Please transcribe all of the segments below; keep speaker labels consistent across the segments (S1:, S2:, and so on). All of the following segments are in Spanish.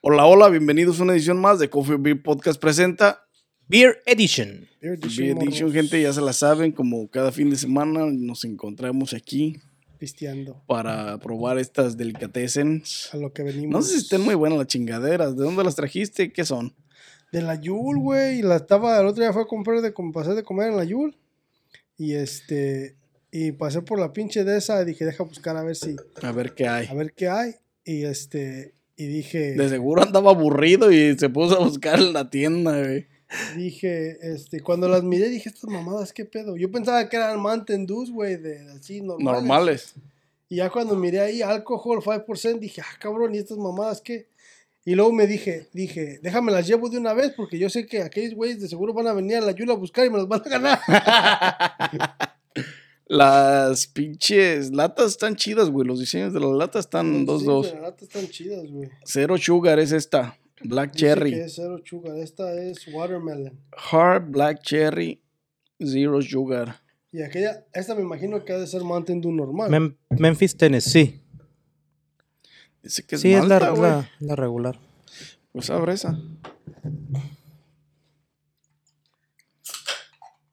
S1: Hola, hola, bienvenidos a una edición más de Coffee Beer Podcast presenta
S2: Beer Edition.
S1: Beer Edition, gente, ya se la saben, como cada fin de semana nos encontramos aquí
S3: Pisteando.
S1: para probar estas delicatessens.
S3: A lo que venimos.
S1: No sé si estén muy buenas las chingaderas, ¿de dónde las trajiste? ¿Qué son?
S3: De la Yul, güey. y La estaba. El otro día fue a comprar de com- pasé de comer en la Yul. Y este. Y pasé por la pinche de esa. Y dije, deja buscar a ver si.
S1: A ver qué hay.
S3: A ver qué hay. Y este. Y dije.
S1: De seguro andaba aburrido y se puso a buscar en la tienda, güey.
S3: Dije, este. Cuando las miré, dije, estas mamadas, qué pedo. Yo pensaba que eran Mountain Dews, güey. De así, normales.
S1: Normales.
S3: Y ya cuando miré ahí, alcohol 5%, dije, ah, cabrón, ¿y estas mamadas qué? Y luego me dije, dije, déjame las llevo de una vez porque yo sé que aquellos güeyes de seguro van a venir a la Yula a buscar y me las van a ganar.
S1: Las pinches latas están chidas, güey. Los diseños de las latas están 2-2.
S3: Entonces, sí, pero las latas están chidas, güey.
S1: Cero Sugar es esta. Black
S3: Dice
S1: Cherry.
S3: que es cero sugar. Esta es watermelon.
S1: Hard Black Cherry Zero Sugar.
S3: Y aquella, esta me imagino que ha de ser Mountain Dew normal.
S2: Mem- Memphis, Tennessee.
S1: Dice que es
S2: sí,
S1: malta,
S2: es la,
S1: güey.
S2: la- la regular.
S1: Pues abre esa.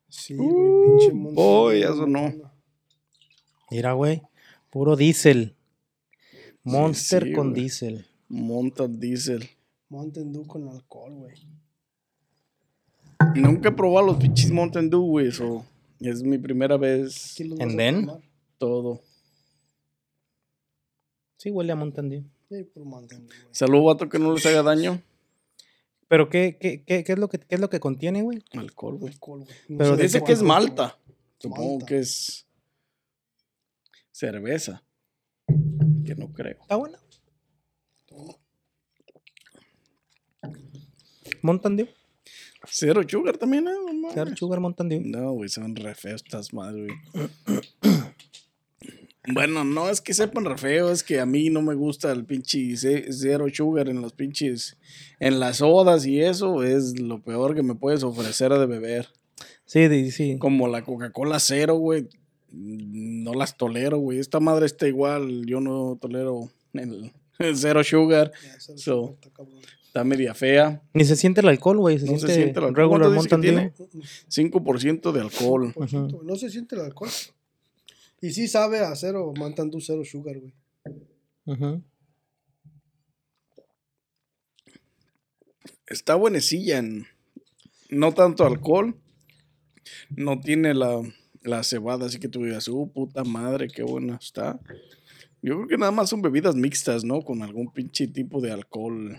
S3: Sí, güey, pinche Mountain
S1: boy,
S3: Dew,
S1: ya sonó.
S3: no.
S2: Mira, güey. Puro diésel. Monster
S1: sí,
S2: con
S1: güey.
S2: diésel.
S1: Monta Diesel.
S3: Mountain Dew con alcohol, güey.
S1: Nunca he probado los pinches Mountain Dew, güey. so, es mi primera vez
S3: Aquí los
S2: And
S3: vas a
S2: then?
S3: tomar.
S1: todo.
S2: Sí, huele a Mountain Dew.
S3: Sí, por Mountain Dew, güey.
S1: Salud, vato, que no les haga daño.
S2: Pero ¿qué, qué, qué, qué es, lo que, qué es lo que contiene, güey?
S1: Alcohol, güey.
S3: Alcohol, güey. No
S2: Pero
S3: sé de
S1: Dice
S3: qué
S1: que es
S3: alcohol,
S1: malta. Supongo
S3: Malta.
S1: que es cerveza. Que no creo.
S2: Está bueno. Mountain Dew.
S1: Cero Sugar también, ¿eh? No mames.
S2: Claro, sugar Mountain Dew.
S1: No, güey, son re feos estas madres, güey. bueno, no es que sepan re feo, es que a mí no me gusta el pinche ce- zero sugar en los pinches, en las sodas y eso es lo peor que me puedes ofrecer de beber.
S2: Sí, di- sí.
S1: Como la Coca-Cola cero, güey, no las tolero, güey. Esta madre está igual, yo no tolero el, el zero sugar,
S3: Ya, cero
S1: So.
S3: sugar, está cabrón.
S1: está media fea.
S2: Ni se siente el alcohol, güey. Se
S1: No
S2: siente,
S1: se siente el alcohol.
S2: regular
S1: ¿Cuánto dice que
S2: Mountain Dew.
S1: tiene? 5% de alcohol.
S3: Por
S2: Ujú.
S3: cierto, No se siente el alcohol. Y sí sabe a cero, Mountain Dew cero sugar, güey.
S2: Ujú.
S1: está buenecilla en no tanto alcohol. No tiene la, la cebada, así que tú digas, uh, puta madre, qué buena está. Yo creo que nada más son bebidas mixtas, ¿no? Con algún pinche tipo de alcohol.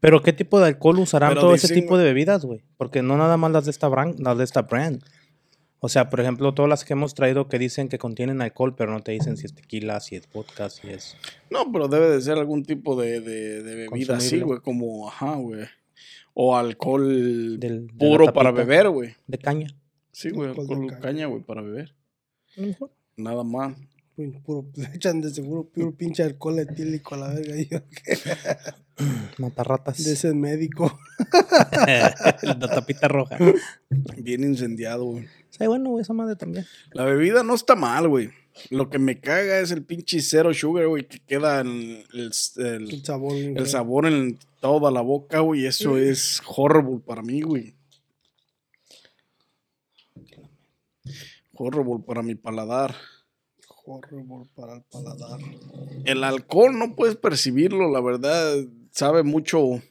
S2: Pero ¿qué tipo de alcohol usarán
S1: Pero
S2: todo ese
S1: dicen-
S2: tipo de bebidas, güey? Porque no nada más las de esta brand, las de esta brand. O sea, por ejemplo, todas las que hemos traído que dicen que contienen alcohol, pero no te dicen si es tequila, si es vodka, si es...
S1: No, pero debe de ser algún tipo de, de- de bebida así,
S2: Consumible.
S1: güey, como, ajá, güey. O alcohol
S2: Del- de la
S1: puro para
S2: tapita.
S1: beber, güey.
S2: De caña.
S1: Sí, güey,
S3: Alcohol
S1: alcohol
S3: de
S1: caña,
S3: caña.
S1: güey, para beber.
S2: a lo mejor.
S1: Nada más.
S3: Pu- Puro, le echan de seguro puro pinche alcohol etílico a la verga. ahí, ok.
S2: Matarratas.
S3: De ese médico.
S2: la tapita roja. O
S1: Bien incendiado, güey.
S2: sea, bueno, güey, esa madre también.
S1: La bebida no está mal, güey. Lo que me caga es el pinche cero sugar, güey, que queda en el, el-
S3: El sabor. güey.
S1: el sabor en toda la boca, güey. Eso es horrible para mí, güey. Horrible para mi paladar.
S3: Horrible para el paladar.
S1: El alcohol no puedes percibirlo, la verdad. Sabe mucho,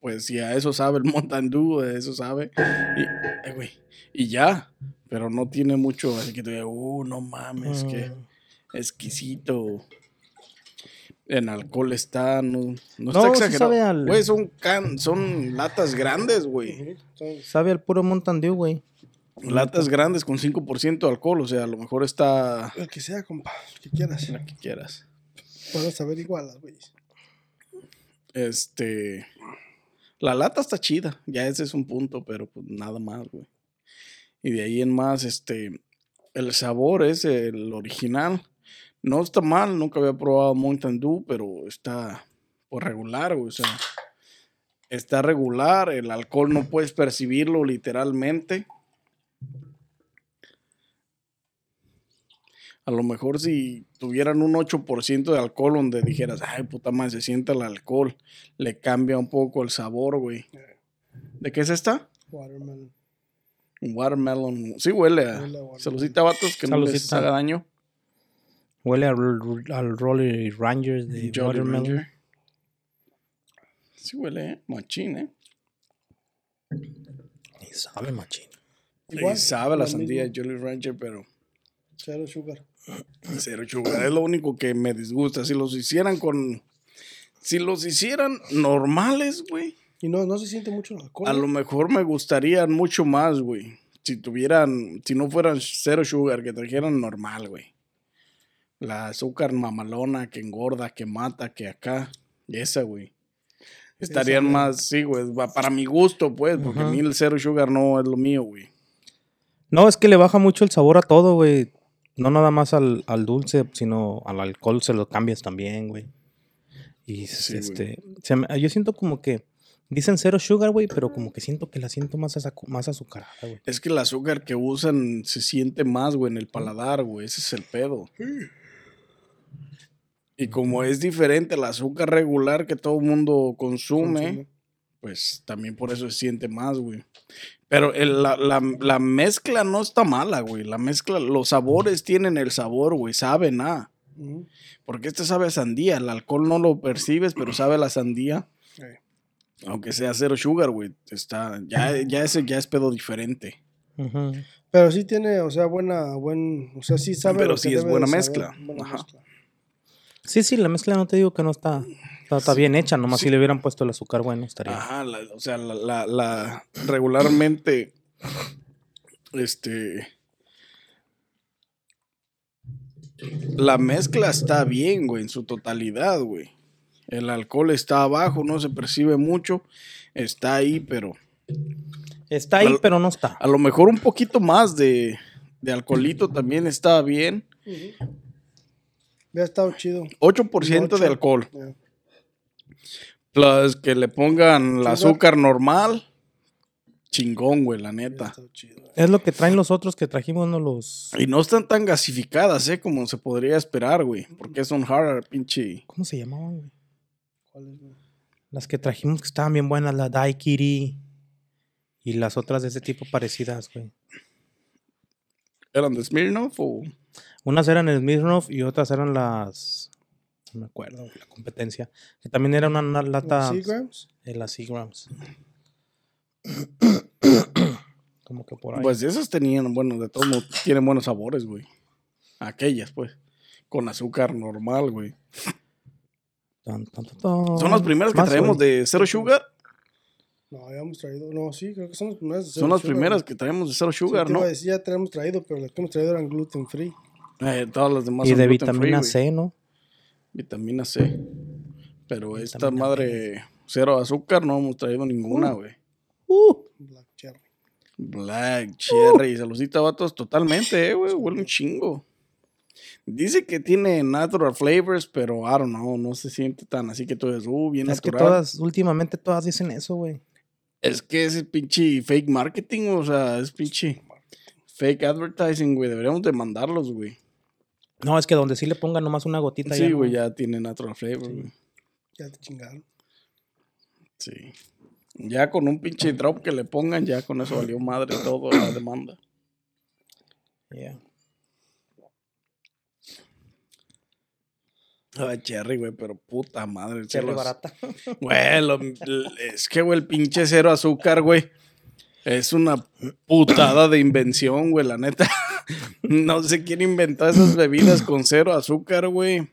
S1: pues, y a eso sabe el Mountain Dew, a eso sabe. Y, eh, güey, y ya. Pero no tiene mucho, así que te digo, uh, no mames, que...
S2: Mm.
S1: exquisito. En alcohol está, no, no
S2: No,
S1: está
S2: sí
S1: exagerado.
S2: sabe al-
S1: Güey, son, can, son latas grandes, güey.
S3: Ujú. Entonces,
S2: Sabe al puro Mountain Dew, güey.
S1: Latas grandes con 5% de alcohol, o sea, a lo mejor está
S3: El que sea, compa. El que quieras.
S1: la que quieras.
S3: Van a saber igual las güeyes.
S1: Este. La lata está chida, ya ese es un punto, pero pues nada más, güey. Y de ahí en más, este. El sabor es el original. No está mal, nunca había probado Mountain Dew, pero está pues, regular, güey. O sea, está regular, el alcohol no puedes percibirlo literalmente. A lo mejor si tuvieran un 8% de alcohol donde dijeras, ay, puta madre, se siente el alcohol, le cambia un poco el sabor, güey.
S3: Eh.
S1: ¿De qué es esta?
S3: Watermelon.
S1: Watermelon. Sí huele a...
S3: Huele a watermelon.
S1: Salucita, vatos, que no les
S2: Salucita.
S1: haga daño.
S2: Huele al, al Rolly Rangers de
S1: Jolly
S2: Watermelon.
S1: Rancher. Sí huele, ¿eh? machín, ¿eh?
S2: Y sabe, machín.
S1: Y sabe la
S3: lo
S1: sandía de
S3: mismo,
S1: Jolly Rancher, pero
S3: Cero sugar.
S1: cero sugar. Es lo único que me disgusta. Si los hicieran con... Si los hicieran normales, güey,
S3: Y no, no se siente mucho el alcohol.
S1: a lo
S3: ¿eh?
S1: mejor me gustarían mucho más, güey. Si tuvieran... Si no fueran cero sugar, que trajeran normal, güey. La azúcar mamalona que engorda, que mata, que acá. Y esa, güey. Estarían
S3: güey.
S1: más, sí, güey. va- Para mi gusto, pues, porque a mí el cero sugar no es lo mío, güey.
S2: No, es que le baja mucho el sabor a todo, güey. No nada más al, al dulce, sino al alcohol se lo cambias también, güey. Y
S1: Sí, güey.
S2: este, se me- yo siento como que dicen cero sugar, güey, pero como que siento que la siento más, azacu- más azucarada, güey.
S1: Es que el azúcar que usan se siente más, güey, en el paladar, güey. Ese es el pedo. Y como es diferente el azúcar regular que todo el mundo consume,
S3: Consume.
S1: pues también por eso se siente más, güey. Pero el- la, la- la mezcla no está mala, güey. La mezcla, los sabores tienen el sabor, güey. Saben a.
S3: Ujú.
S1: Porque este sabe a sandía. El alcohol no lo percibes, pero sabe a la sandía.
S3: Eh.
S1: Aunque sea cero sugar, güey. Está, ya, ya, ese, ya es pedo diferente.
S2: Ujú.
S3: Pero sí tiene, o sea, buena, buen, o sea, sí sabe.
S1: Pero
S3: lo que
S1: sí es
S3: debe de
S1: buena
S3: saber,
S1: mezcla.
S3: buena
S1: Ajá.
S3: mezcla.
S2: Sí, sí, la mezcla no te digo que no está, está, está bien hecha, nomás si le hubieran puesto el azúcar, bueno, estaría.
S1: Ajá, la- o sea, la, la- la- regularmente, este, la mezcla está bien, güey, en su totalidad, güey. El alcohol está abajo, no se percibe mucho, está ahí, pero
S2: Está ahí,
S1: Al-
S2: pero no está.
S1: a lo mejor un poquito más de, de alcoholito también está bien.
S3: Ujú. Ya ha estado chido.
S1: 8% de
S3: Ocho.
S1: alcohol,
S3: Ya.
S1: plus que le pongan el
S3: Sugar.
S1: azúcar normal, chingón, güey, la
S3: Ya ha
S1: neta.
S3: estado chido.
S2: Es lo que traen los otros que trajimos, no los...
S1: Y no están tan gasificadas, ¿eh? Como se podría esperar, güey. Porque son hard, pinche.
S2: ¿Cómo se llamaban, güey?
S3: ¿Cuál es, güey?
S2: Las que trajimos que estaban bien buenas, la Daikiri y las otras de ese tipo parecidas, güey.
S1: ¿Eran de Smirnoff o...?
S2: Unas eran el Smirnoff y otras eran las... No me acuerdo, güey, la competencia. Que también era una, una lata...
S3: Seagrams.
S2: de las Seagrams. Como que por ahí.
S1: Pues esas tenían, bueno, de todos modos, tienen buenos sabores, güey. Aquellas, pues. Con azúcar normal, güey.
S2: Tan, tan, tan, tan.
S1: Son las primeras que
S2: Más,
S1: traemos
S2: güey.
S1: de Zero Sugar.
S3: No, habíamos traído. No, sí, creo que son las primeras. de
S1: Son las
S3: Sugar,
S1: primeras
S3: güey.
S1: que traemos de Zero
S3: Sí,
S1: Sugar,
S3: te
S1: ¿no?
S3: iba a decir, ya tenemos traído, pero las que hemos traído eran gluten free.
S1: Eh, todas las demás
S2: Y
S1: son
S2: de
S1: gluten free,
S2: vitamina
S1: güey.
S2: C, ¿no?
S1: Vitamina C. Pero esta
S2: Vitamina
S1: madre, cero azúcar, no hemos traído ninguna, güey.
S2: Uh,
S3: Black cherry.
S1: Black Cherry, saludita vatos, totalmente, eh, güey, huele un chingo. Dice que tiene natural flavors, pero I don't know, no se siente tan así que todo es uh, bien
S2: es que
S1: natural.
S2: todas, últimamente todas dicen eso, güey.
S1: Es que es pinche fake marketing, o sea, es pinche fake advertising, güey, deberíamos demandarlos, güey.
S2: No, es que donde sí le pongan nomás una gotita.
S1: Sí,
S2: no.
S1: güey, ya tiene natural flavor,
S2: Sí.
S1: güey.
S3: Ya te chingaron.
S1: Sí. Ya con un pinche drop que le pongan, ya con eso valió madre todo la demanda.
S2: Yeah.
S1: Ay, Cherry, güey, pero puta madre.
S2: Cherry
S1: celos.
S2: barata.
S1: Güey, lo- es que, güey, el pinche cero azúcar, güey. Es una putada de invención, güey, la neta. No sé quién inventó esas bebidas con cero azúcar, güey.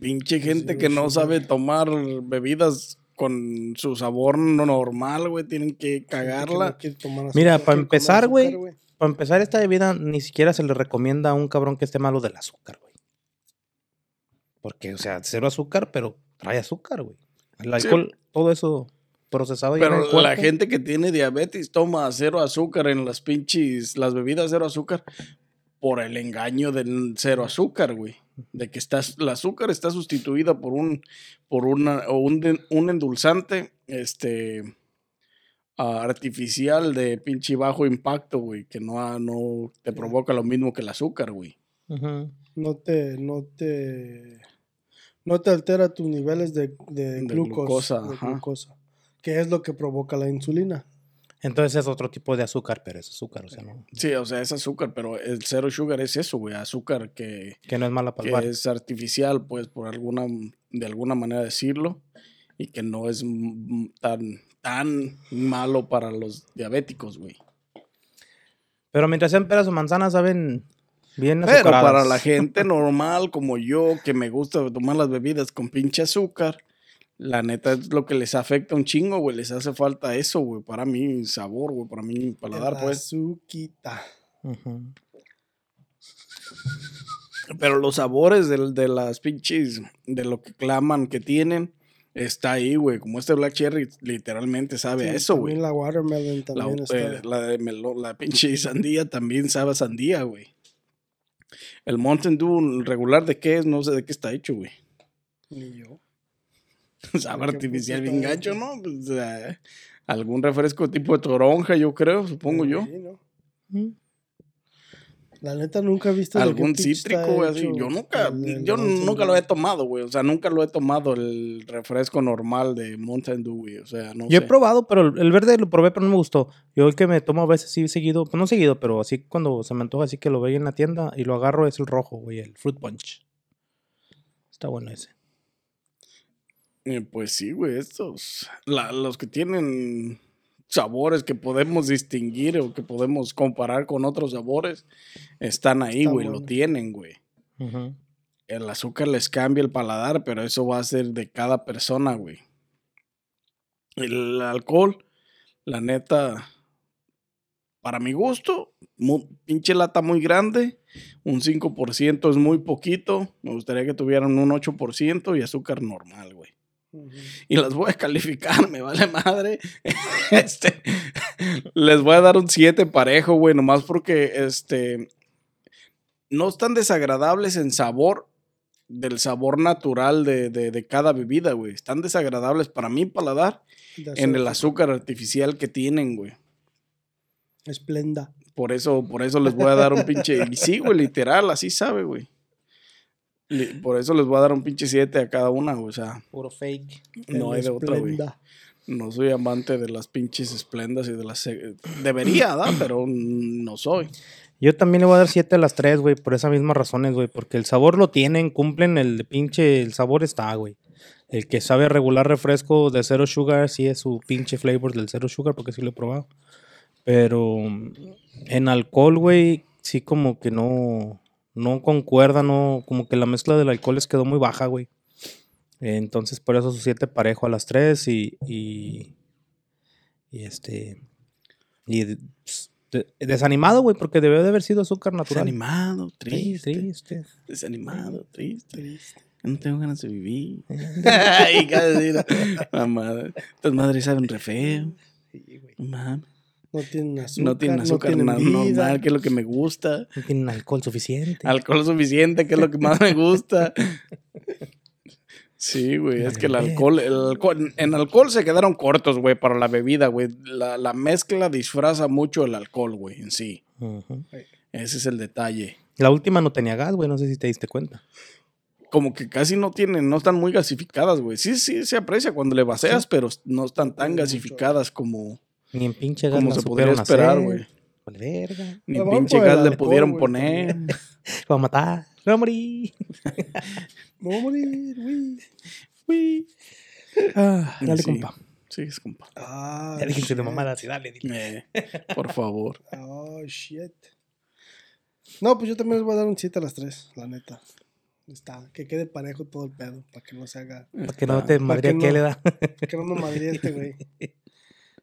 S1: Pinche gente que no sabe tomar bebidas con su sabor no normal, güey. Tienen que
S3: Que no
S1: cagarla.
S3: quiere tomar azúcar,
S2: Mira,
S3: quiere
S2: para
S3: comer
S2: empezar,
S3: azúcar,
S2: güey, para empezar esta bebida ni siquiera se le recomienda a un cabrón que esté malo del azúcar, güey. Porque, o sea, cero azúcar, pero trae azúcar, güey. El
S1: Sí.
S2: alcohol, todo eso procesado. ya en el
S1: Pero la
S2: cuerpo.
S1: gente que tiene diabetes toma cero azúcar en las pinches, las bebidas cero azúcar, por el engaño del cero azúcar, güey. De que estás, el azúcar está sustituida por un, por una, o un, de- un endulzante, este, ah, artificial de pinche bajo impacto, güey, que no, ha- no te provoca lo mismo que el azúcar, güey.
S2: Ujú.
S3: No te, no te, no te altera tus niveles de, de
S1: De
S3: glucosa,
S1: glucosa,
S3: de
S1: ajá.
S3: glucosa, que es lo que provoca la insulina.
S2: Entonces es otro tipo de azúcar, pero es azúcar, o sea, no-
S1: Sí, o sea, es azúcar, pero el cero sugar es eso, güey. Azúcar que,
S2: que no es mala
S1: que
S2: palabra.
S1: es artificial, pues, por alguna, de alguna manera decirlo, y que no es mm, tan, tan malo para los diabéticos, güey.
S2: Pero mientras sean peras o manzanas, saben bien
S1: Pero
S2: azucaradas.
S1: para la gente normal como yo, que me gusta tomar las bebidas con pinche azúcar, la neta es lo que les afecta un chingo, güey. Les hace falta eso, güey. Para mí, sabor, güey. Para mí, paladar,
S3: La
S1: pues.
S3: azuquita.
S2: Ujú.
S1: Pero los sabores del- de, las pinches, de lo que claman que tienen, está ahí, güey. Como este Black Cherry literalmente sabe a
S3: Sí,
S1: eso, güey.
S3: también La watermelon
S1: La,
S3: también está.
S1: eh, la de melo- la pinche sandía también sabe a sandía, güey. El Mountain Dew regular de qué es, no sé de qué está hecho, güey.
S3: Ni yo.
S1: Sabe
S3: Porque, pues,
S1: artificial
S3: está
S1: bien
S3: bien,
S1: gacho,
S3: pues.
S1: ¿no? Pues, eh, algún refresco tipo de toronja, yo creo, supongo yo.
S3: Sí, ¿no?
S2: Mm.
S3: La neta nunca he visto de qué
S1: Algún
S3: pinche está
S1: cítrico, güey, así.
S3: hecho
S1: Yo nunca,
S3: el- el
S1: yo
S3: Mountain
S1: nunca lo he
S3: Dew.
S1: tomado, güey. O sea, nunca lo he tomado el refresco normal de Mountain Dew, güey. O sea, no
S2: Yo he
S1: sé.
S2: probado, pero el el verde lo probé, pero no me gustó. Yo el que me tomo a veces sí seguido, pues no seguido, pero así cuando se me antoja, así que lo veo ahí en la tienda y lo agarro, es el rojo, güey, el Fruit Punch. Está bueno ese.
S1: Eh, pues sí, güey, estos. la- los que tienen sabores que podemos distinguir o que podemos comparar con otros sabores, están ahí,
S3: Están
S1: güey, lo
S3: buenos.
S1: tienen, güey.
S2: Ujú.
S1: El azúcar les cambia el paladar, pero eso va a ser de cada persona, güey. El alcohol, la neta, para mi gusto, mu- pinche lata muy grande, un 5% es muy poquito, me gustaría que tuvieran un 8% y azúcar normal, güey
S3: Ujú.
S1: y las voy a calificar, me vale madre. Este, les voy a dar un 7 parejo, güey, nomás porque este no están desagradables en sabor del sabor natural de, de- de cada bebida, güey. Están desagradables para mi paladar
S3: De
S1: en el azúcar
S3: azúcar.
S1: artificial que tienen, güey.
S3: Esplenda.
S1: Por eso, por eso les voy a dar un pinche. y sí, güey, literal, así sabe, güey. Li- Por eso les voy a dar un pinche 7 a cada una, güey. O sea,
S2: Puro fake.
S1: no
S3: El
S1: hay de otra, güey.
S3: Esplenda.
S1: No soy amante de las pinches esplendas y de las... se- Debería, ¿da? Pero no soy.
S2: Yo también le voy a dar 7 a las 3, güey, por esas mismas razones, güey, porque el sabor lo tienen, cumplen el de pinche, el sabor está, güey. El que sabe regular refresco de cero sugar, sí es su pinche flavor del cero sugar, porque sí lo he probado. Pero mm, en alcohol, güey, sí como que no, no concuerda, no, como que la mezcla del alcohol les quedó muy baja, güey. Entonces, por eso su 7 parejo a las 3 y, y, y este, y de- pues, de- desanimado, güey, porque debió de haber sido azúcar natural.
S1: Desanimado,
S2: Sí,
S1: triste.
S2: este, triste.
S1: Desanimado, triste.
S3: Triste.
S1: No tengo ganas de vivir. Ay, cada Mamá, estas madres saben re feo.
S3: Sí, güey.
S1: No mames.
S3: No tienen azúcar.
S1: no tienen azúcar no
S3: tienen vida.
S1: normal, que es lo que me gusta.
S2: No tienen alcohol suficiente.
S1: Alcohol suficiente, que es lo que más me gusta. Sí, güey, es que el alcohol, el alcohol- en alcohol se quedaron cortos, güey, para la bebida, güey. La, la mezcla disfraza mucho el alcohol, güey, en sí.
S2: Ujú.
S1: Ese es el detalle.
S2: La última no tenía gas, güey, no sé si te diste cuenta.
S1: Como que casi no tienen, no están muy gasificadas, güey. Sí, sí, se aprecia cuando le vaceas, pero no están tan
S3: Mucho.
S1: gasificadas como,
S2: Ni en pinche gas
S1: como
S2: la
S1: se podría
S2: supieron
S1: esperar,
S2: hacer.
S1: güey.
S2: Vale, verga.
S1: Ni
S3: A lo mejor
S1: pinche
S3: por el
S1: gas le
S3: alcohol,
S1: pudieron
S3: güey,
S1: poner.
S2: Va a matar. Va a morir.
S3: Me voy a morir, güey.
S1: Uy.
S2: Ah,
S1: Y
S2: dale,
S1: sí.
S2: compa.
S1: Sí, es compa.
S3: Ah,
S2: Ya déjense de
S3: shit.
S2: mamadas y dale. dile.
S1: Eh, por favor.
S3: Oh, shit. No, pues yo también les voy a dar un 7 a las 3, la neta. Está, que quede parejo todo el pedo, para que no se haga.
S2: Para que no te
S1: Está-
S2: madre
S3: no.
S2: que le da.
S3: Que no me madría este güey.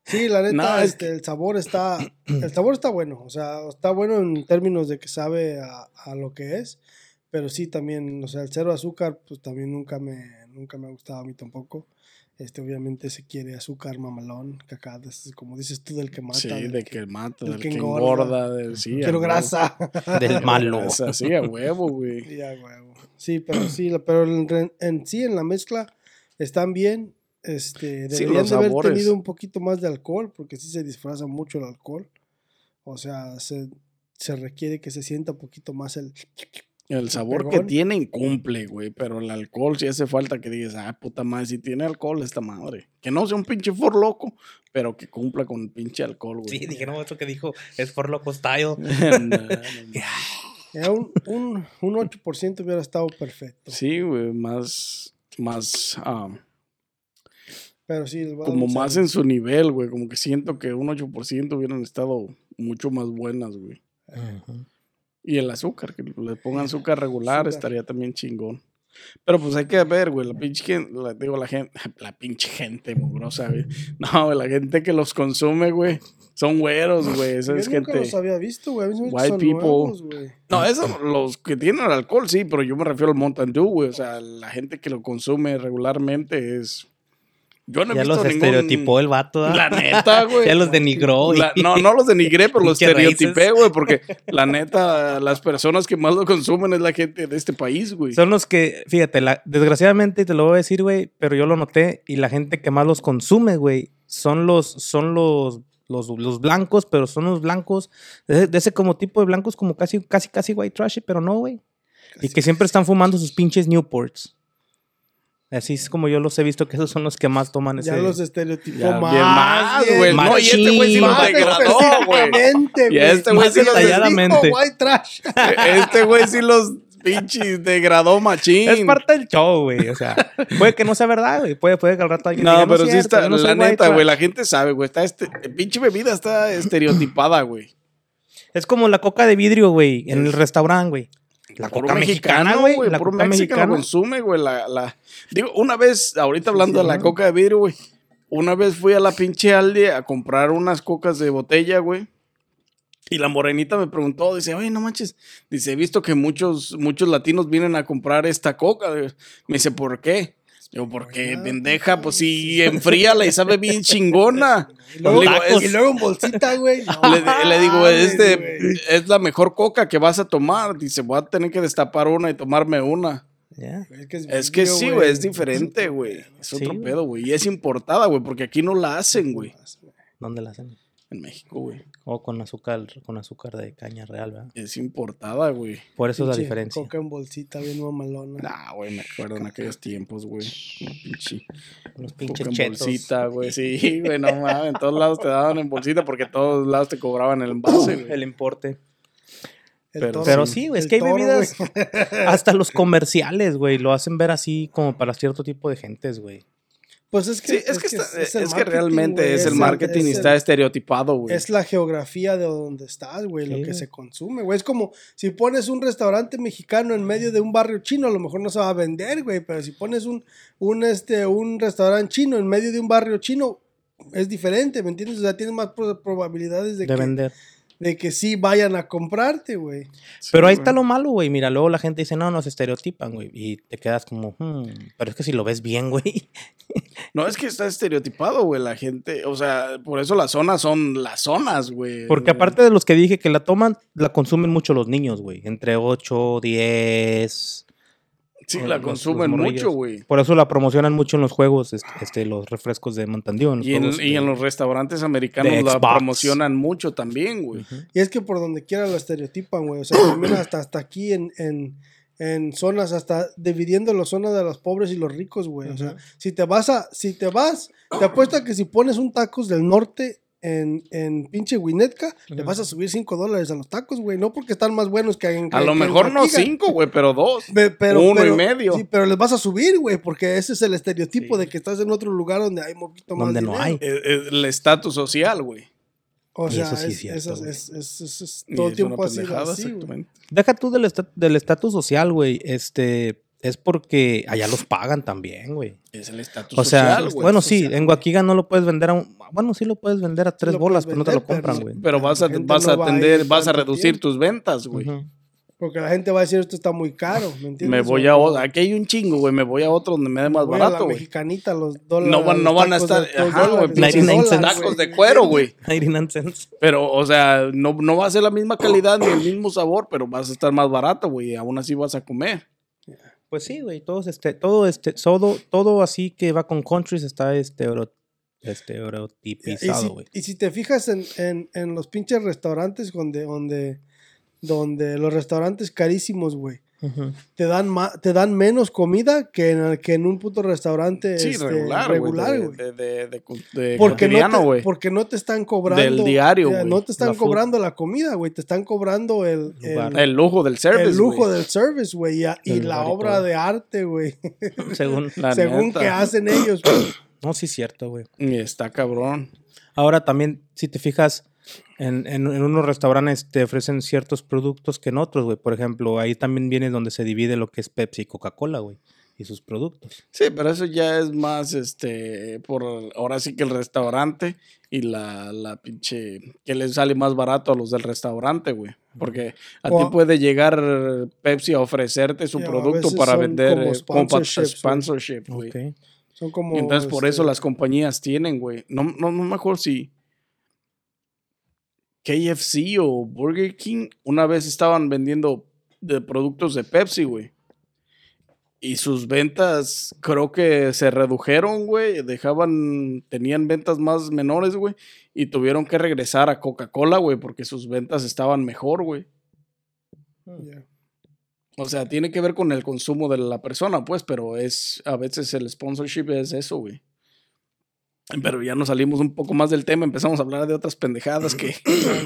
S3: Sí, la neta,
S1: No, es
S3: este, el sabor está. El sabor está bueno. O sea, está bueno en términos de que sabe a, a lo que es. Pero sí, también, o sea, el cero azúcar, pues también nunca me, nunca me ha gustado a mí tampoco. Este, obviamente se quiere azúcar mamalón, cacá, de esas, como dices tú, del que mata.
S1: Sí,
S3: del
S1: de
S3: que-
S1: que mata,
S3: del
S1: del
S3: que
S1: que
S3: engorda.
S1: engorda, del sí. a
S3: Quiero
S1: huevo.
S3: grasa.
S2: Del malo.
S1: Grasa, sí, a huevo, güey.
S3: Sí, a huevo. Sí, pero sí, la- pero en, re- en sí, en la mezcla, están bien. Este,
S1: Sí,
S3: deberían
S1: los
S3: de haber
S1: sabores.
S3: tenido un poquito más de alcohol, porque sí se disfraza mucho el alcohol. O sea, se, se requiere que se sienta un poquito más el,
S1: El sabor que
S3: pegón.
S1: tiene incumple, güey. Pero el alcohol sí hace falta que digas, ah, puta madre, si tiene alcohol esta madre. Que no sea un pinche for loco, pero que cumpla con el pinche alcohol, güey.
S4: Sí, dije, no, eso que dijo es por loco style.
S1: No, no, no.
S3: Era eh, un, un, un 8% hubiera estado perfecto.
S1: sí, güey, más, más, ah,
S3: Pero sí, les voy a dar
S1: como
S3: un
S1: más
S3: cero.
S1: en su nivel, güey. Como que siento que un 8% hubieran estado mucho más buenas, güey. Y el azúcar, que le pongan azúcar regular,
S3: Azúcar.
S1: estaría también chingón. Pero pues hay que ver, güey, la pinche gente, la, digo, la gente, la pinche gente mugrosa, güey. No, güey, la gente que los consume, güey, son güeros, güey, esa
S3: Yo
S1: es
S3: nunca
S1: gente.
S3: los había visto, güey. A mí se me
S1: White
S3: son
S1: people.
S3: nuevos, güey.
S1: No, eso, los que tienen el alcohol, sí, pero yo me refiero al Mountain Dew, güey, o sea, la gente que lo consume regularmente es... Yo no he
S4: ya
S1: visto
S4: los
S1: ningún-
S4: estereotipó el vato. ¿ah?
S1: La neta, güey.
S4: ya los denigró. y-
S1: La- no, no los denigré, pero los
S4: Pinche raíces.
S1: estereotipé, güey, porque la neta, las personas que más lo consumen es la gente de este país, güey.
S2: Son los que, fíjate, la- desgraciadamente te lo voy a decir, güey, pero yo lo noté y la gente que más los consume, güey, son los, son los, los, los blancos, pero son los blancos de, ese- de ese como tipo de blancos como casi, casi, casi white trash, pero no, güey. Y que siempre están fumando sus pinches Newports. Así es como yo los he visto que esos son los que más toman ese.
S3: Ya los estereotipó
S1: Ya, bien
S3: más,
S1: más, güey. No, y este güey sí lo
S3: Más
S1: degradó, güey.
S3: específicamente,
S1: Y a este güey
S3: Más
S1: sí lo
S2: detalladamente.
S3: dijo white trash.
S1: Este güey sí los pinches degradó machín.
S2: Es parte del show, güey. O sea, puede que no sea verdad, güey. Puede, puede que al rato alguien
S1: No,
S2: diga,
S1: pero sí
S2: cierto,
S1: está,
S2: yo no soy
S1: la
S2: white
S1: neta,
S2: trash".
S1: güey, la gente sabe, güey, está este, pinche bebida está estereotipada, güey.
S2: Es como la coca de vidrio, güey, en el restaurante, güey. La
S1: Puro
S2: coca mexicana, güey. La
S1: puro
S2: coca
S1: mexicano
S2: mexicana.
S1: consume, güey, la, la- Digo, una vez, ahorita hablando de la coca de vidrio, güey, una vez fui a la pinche Aldi a comprar unas cocas de botella, güey. Y la morenita me preguntó, dice, oye, no manches. Dice, he visto que muchos, muchos latinos vienen a comprar esta coca. Me dice, ¿por qué? Digo, ¿por qué,
S3: Buena,
S1: pendeja? Pues sí, enfríala y sabe bien chingona.
S3: Y luego,
S1: Le digo, es-
S3: y luego en bolsita, güey. No
S1: Le, le digo,
S3: mames,
S1: este
S3: güey.
S1: es la mejor coca que vas a tomar. Dice, voy a tener que destapar una y tomarme una.
S2: Ya.
S3: Es que,
S1: Es que sí, güey, es diferente, güey. Es
S2: Sí,
S1: otro
S2: güey.
S1: pedo, güey. Y es importada, güey, porque aquí no la hacen, güey.
S2: ¿Dónde la hacen?
S1: En México, güey.
S2: O con azúcar, con azúcar de caña real, ¿verdad?
S1: Es importada, güey.
S2: Por eso es la
S3: Pinche
S2: diferencia.
S3: Coca en bolsita, bien mamalona.
S1: Nah, güey, me acuerdo en aquellos tiempos, güey. Una pinche
S2: Unos
S1: coca
S2: pinches
S1: en
S2: chetos.
S1: bolsita, güey. Sí, güey, no mames. En todos lados te daban en bolsita porque en todos lados te cobraban el envase, güey.
S2: El importe.
S3: El
S1: pero-
S3: toro,
S2: Pero sí, güey, es
S3: el
S2: que hay
S3: toro,
S2: bebidas.
S3: güey.
S2: Hasta los comerciales, güey, lo hacen ver así como para cierto tipo de gentes, güey.
S3: Pues es que,
S1: Sí, es que, está-
S3: es
S1: es
S3: el
S1: que
S3: marketing,
S1: realmente
S3: güey,
S1: es el
S3: el-
S1: marketing y
S3: es
S1: está
S3: el-
S1: estereotipado, güey.
S3: Es la geografía de donde estás, güey, lo
S2: Sí,
S3: que
S2: güey.
S3: se consume, güey. Es como si pones un restaurante mexicano en medio de un barrio chino, a lo mejor no se va a vender, güey, pero si pones un, un, este, un restaurante chino en medio de un barrio chino, es diferente, ¿me entiendes? O sea, tienes más pro- probabilidades de,
S2: de
S3: que,
S2: vender.
S3: de que sí vayan a comprarte, güey.
S1: Sí,
S2: Pero ahí
S1: güey.
S2: está lo malo, güey. Mira, luego la gente dice, no, nos estereotipan, güey. Y te quedas como, hmm, pero es que si lo ves bien, güey.
S1: No, es que está estereotipado, güey, la gente. O sea, por eso las zonas son las zonas, güey.
S2: Porque aparte de los que dije que la toman, la consumen mucho los niños, güey. Entre 8, 10.
S1: Sí,
S2: los-
S1: la
S2: los
S1: consumen
S2: morrillos.
S1: mucho, güey.
S2: Por eso la promocionan mucho en los juegos, este, este, los refrescos de Montandío.
S1: Y en, y en los restaurantes americanos
S2: de
S1: la
S2: Xbox.
S1: promocionan mucho también, güey.
S3: Y es que por donde quiera lo estereotipan, güey. O sea, también hasta, hasta aquí en, en, en zonas, hasta dividiendo las zonas de los pobres y los ricos, güey. O sea, si te vas a, si te vas, te apuesta que si pones un tacos del norte en, en pinche Winnetka, le vas a subir 5 dólares a los tacos, güey. No porque están más buenos que en
S1: A
S3: que
S1: lo
S3: en
S1: mejor no
S3: Waukegan.
S1: cinco, güey, pero dos.
S3: Ve- pero,
S1: Uno y
S3: pero-
S1: medio.
S3: Sí, pero les vas a subir, güey, porque ese es el estereotipo de que estás en otro lugar donde hay un poquito más
S2: Donde no
S3: dinero.
S2: hay.
S1: Eh, eh, El estatus social, güey.
S3: O
S2: Y
S3: sea,
S2: eso sí es
S3: es-
S2: cierto,
S3: esas-
S2: güey.
S3: es- es- es- es
S1: Y
S3: todo
S1: es
S3: el tiempo
S1: una
S3: ha sido
S1: pendejada,
S3: así, güey.
S1: exactamente.
S2: Deja tú del esta- del estatus social, güey. Este, es porque allá los pagan también, güey.
S1: Es el estatus
S2: O sea,
S1: social, güey.
S2: bueno,
S3: social,
S2: sí, en Guaquiga no lo puedes vender a un... Bueno, sí lo puedes vender a tres
S3: lo
S2: bolas,
S3: puedes
S2: pero no te lo
S3: vender,
S2: compran,
S3: pero-
S2: güey.
S1: Pero
S3: La
S1: vas a,
S3: gente
S1: vas
S3: no
S1: a
S3: va a
S1: atender,
S3: ir
S1: vas a
S3: tanto
S1: reducir
S3: tiempo.
S1: tus ventas, güey.
S2: Ujú.
S3: Porque la gente va a decir, esto está muy caro, ¿me entiendes?
S1: Me voy
S3: O-
S1: a otro. Aquí hay un chingo, güey. Me voy a otro donde me dé más
S3: voy a la
S1: barato, güey.
S3: mexicanita, los dólares.
S1: No van,
S3: los
S1: no van a
S3: tacos de
S1: estar.
S3: dos
S1: Ajá, güey.
S3: dólares,
S1: pinches
S2: 99 cents.
S1: Tacos de cuero, güey.
S2: 99 cents.
S1: Pero, o sea, no, no va a ser la misma calidad ni el mismo sabor, pero vas a estar más barato, güey. y Aún así vas a comer.
S2: Pues sí, güey, todos este, todo este, todo, todo así que va con countries está este, estero-
S3: Y si,
S2: estereotipizado, güey.
S3: y si te fijas en, en, en los pinches restaurantes donde, donde, donde los restaurantes carísimos, güey,
S2: Ujú.
S3: te dan, ma- te dan menos comida que en, el- que en un puto restaurante
S1: Sí,
S3: este,
S1: regular, güey.
S3: regular,
S1: de-
S3: güey.
S1: De, de, de cu- de
S3: Porque
S1: cotidiano,
S3: no,
S1: güey.
S3: te, porque no te están cobrando.
S1: Del diario,
S3: ya,
S1: güey,
S3: No te
S2: la
S3: están
S2: food.
S3: cobrando la comida, güey. Te están cobrando el,
S2: Lugar.
S3: el,
S1: El lujo del
S3: el
S1: service,
S3: lujo
S1: güey.
S3: del service, güey. Y, a- y
S2: Del
S3: la
S2: lugar y
S3: obra
S2: todo.
S3: de arte, güey.
S2: Según.
S1: La
S3: Según
S1: neta.
S3: que hacen ellos, güey.
S2: No, sí, es cierto, güey.
S1: Y está cabrón.
S2: Ahora también, si te fijas, en, en- en unos restaurantes te ofrecen ciertos productos que en otros, güey. Por ejemplo, ahí también viene donde se divide lo que es Pepsi y Coca-Cola, güey. Y sus productos.
S1: Sí, pero eso ya es más, este, por ahora sí que el restaurante y la, la pinche, que les sale más barato a los del restaurante, güey. Porque a
S3: O-
S1: ti puede llegar Pepsi a ofrecerte su
S3: Sí, a
S1: producto
S3: veces
S1: para
S3: son
S1: vender
S3: como
S1: eh, como pa-
S3: sponsorships, güey.
S1: sponsorship, güey.
S2: Ok.
S3: Son como.
S1: Y Entonces por eso
S3: este,
S1: las compañías tienen, güey. No, no, no me acuerdo si KFC o Burger King una vez estaban vendiendo de productos de Pepsi, güey. Y sus ventas creo que se redujeron, güey. Dejaban, tenían ventas más menores, güey. Y tuvieron que regresar a Coca-Cola, güey, porque sus ventas estaban mejor, güey.
S3: ya.
S1: O sea, tiene que ver con el consumo de la persona, pues, pero es a veces el sponsorship es eso, güey. Pero ya nos salimos un poco más del tema, empezamos a hablar de otras pendejadas que,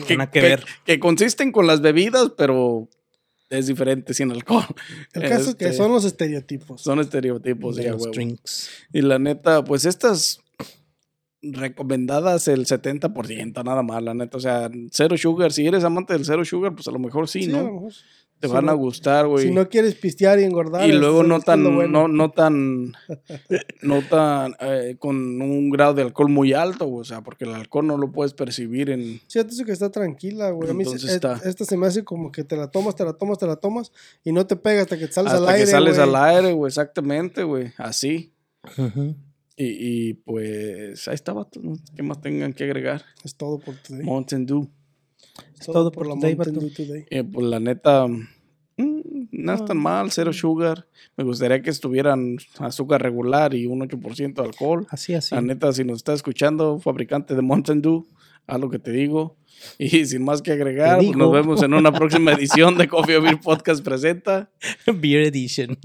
S1: que,
S4: Nada que ver.
S1: que consisten con las bebidas, pero es diferente sin alcohol.
S3: El caso es que
S1: Este,
S3: son los estereotipos.
S1: son estereotipos,
S2: de
S1: ya,
S2: los
S1: güey.
S2: drinks.
S1: Y la neta, pues estas recomendadas el 70% nada más, la neta. O sea, cero sugar. Si eres amante del cero sugar, pues a lo mejor sí,
S3: Sí, a lo
S1: ¿no?
S3: mejor.
S1: Te
S3: Si
S1: van a
S3: no-
S1: gustar, güey.
S3: Si no quieres pistear y engordar.
S1: Y
S3: es-
S1: luego no
S3: es lo
S1: tan, no,
S3: bueno.
S1: no tan, no tan, eh, con un grado de alcohol muy alto, güey, o sea, porque el alcohol no lo puedes percibir en...
S3: Siento eso que está tranquila, güey. A mí se-
S1: Entonces
S3: et-
S1: está.
S3: esta se me hace como que te la tomas, te la tomas, te la tomas y no te pega hasta que sales
S1: hasta
S3: al aire.
S1: que sales
S3: güey.
S1: al aire, güey, exactamente, güey, así.
S2: Ujú.
S1: Y, y, pues, ahí estaba, ¿no? ¿qué más tengan que agregar?
S3: Es todo por today.
S1: Mountain Dew.
S3: Es
S2: todo por today,
S3: Mountain
S2: vato.
S3: Dew today.
S1: Eh, pues la neta, mm, no es tan
S3: Ah.
S1: mal, cero sugar. Me gustaría que estuvieran azúcar regular y un 8% de alcohol.
S2: Así, así.
S1: La neta, si nos está escuchando, fabricante de Mountain Dew, haz lo que te digo. Y sin más que agregar,
S2: Te
S1: pues, nos
S2: digo.
S1: vemos en una próxima edición de Coffee or Beer Podcast presenta.
S2: Beer Edition.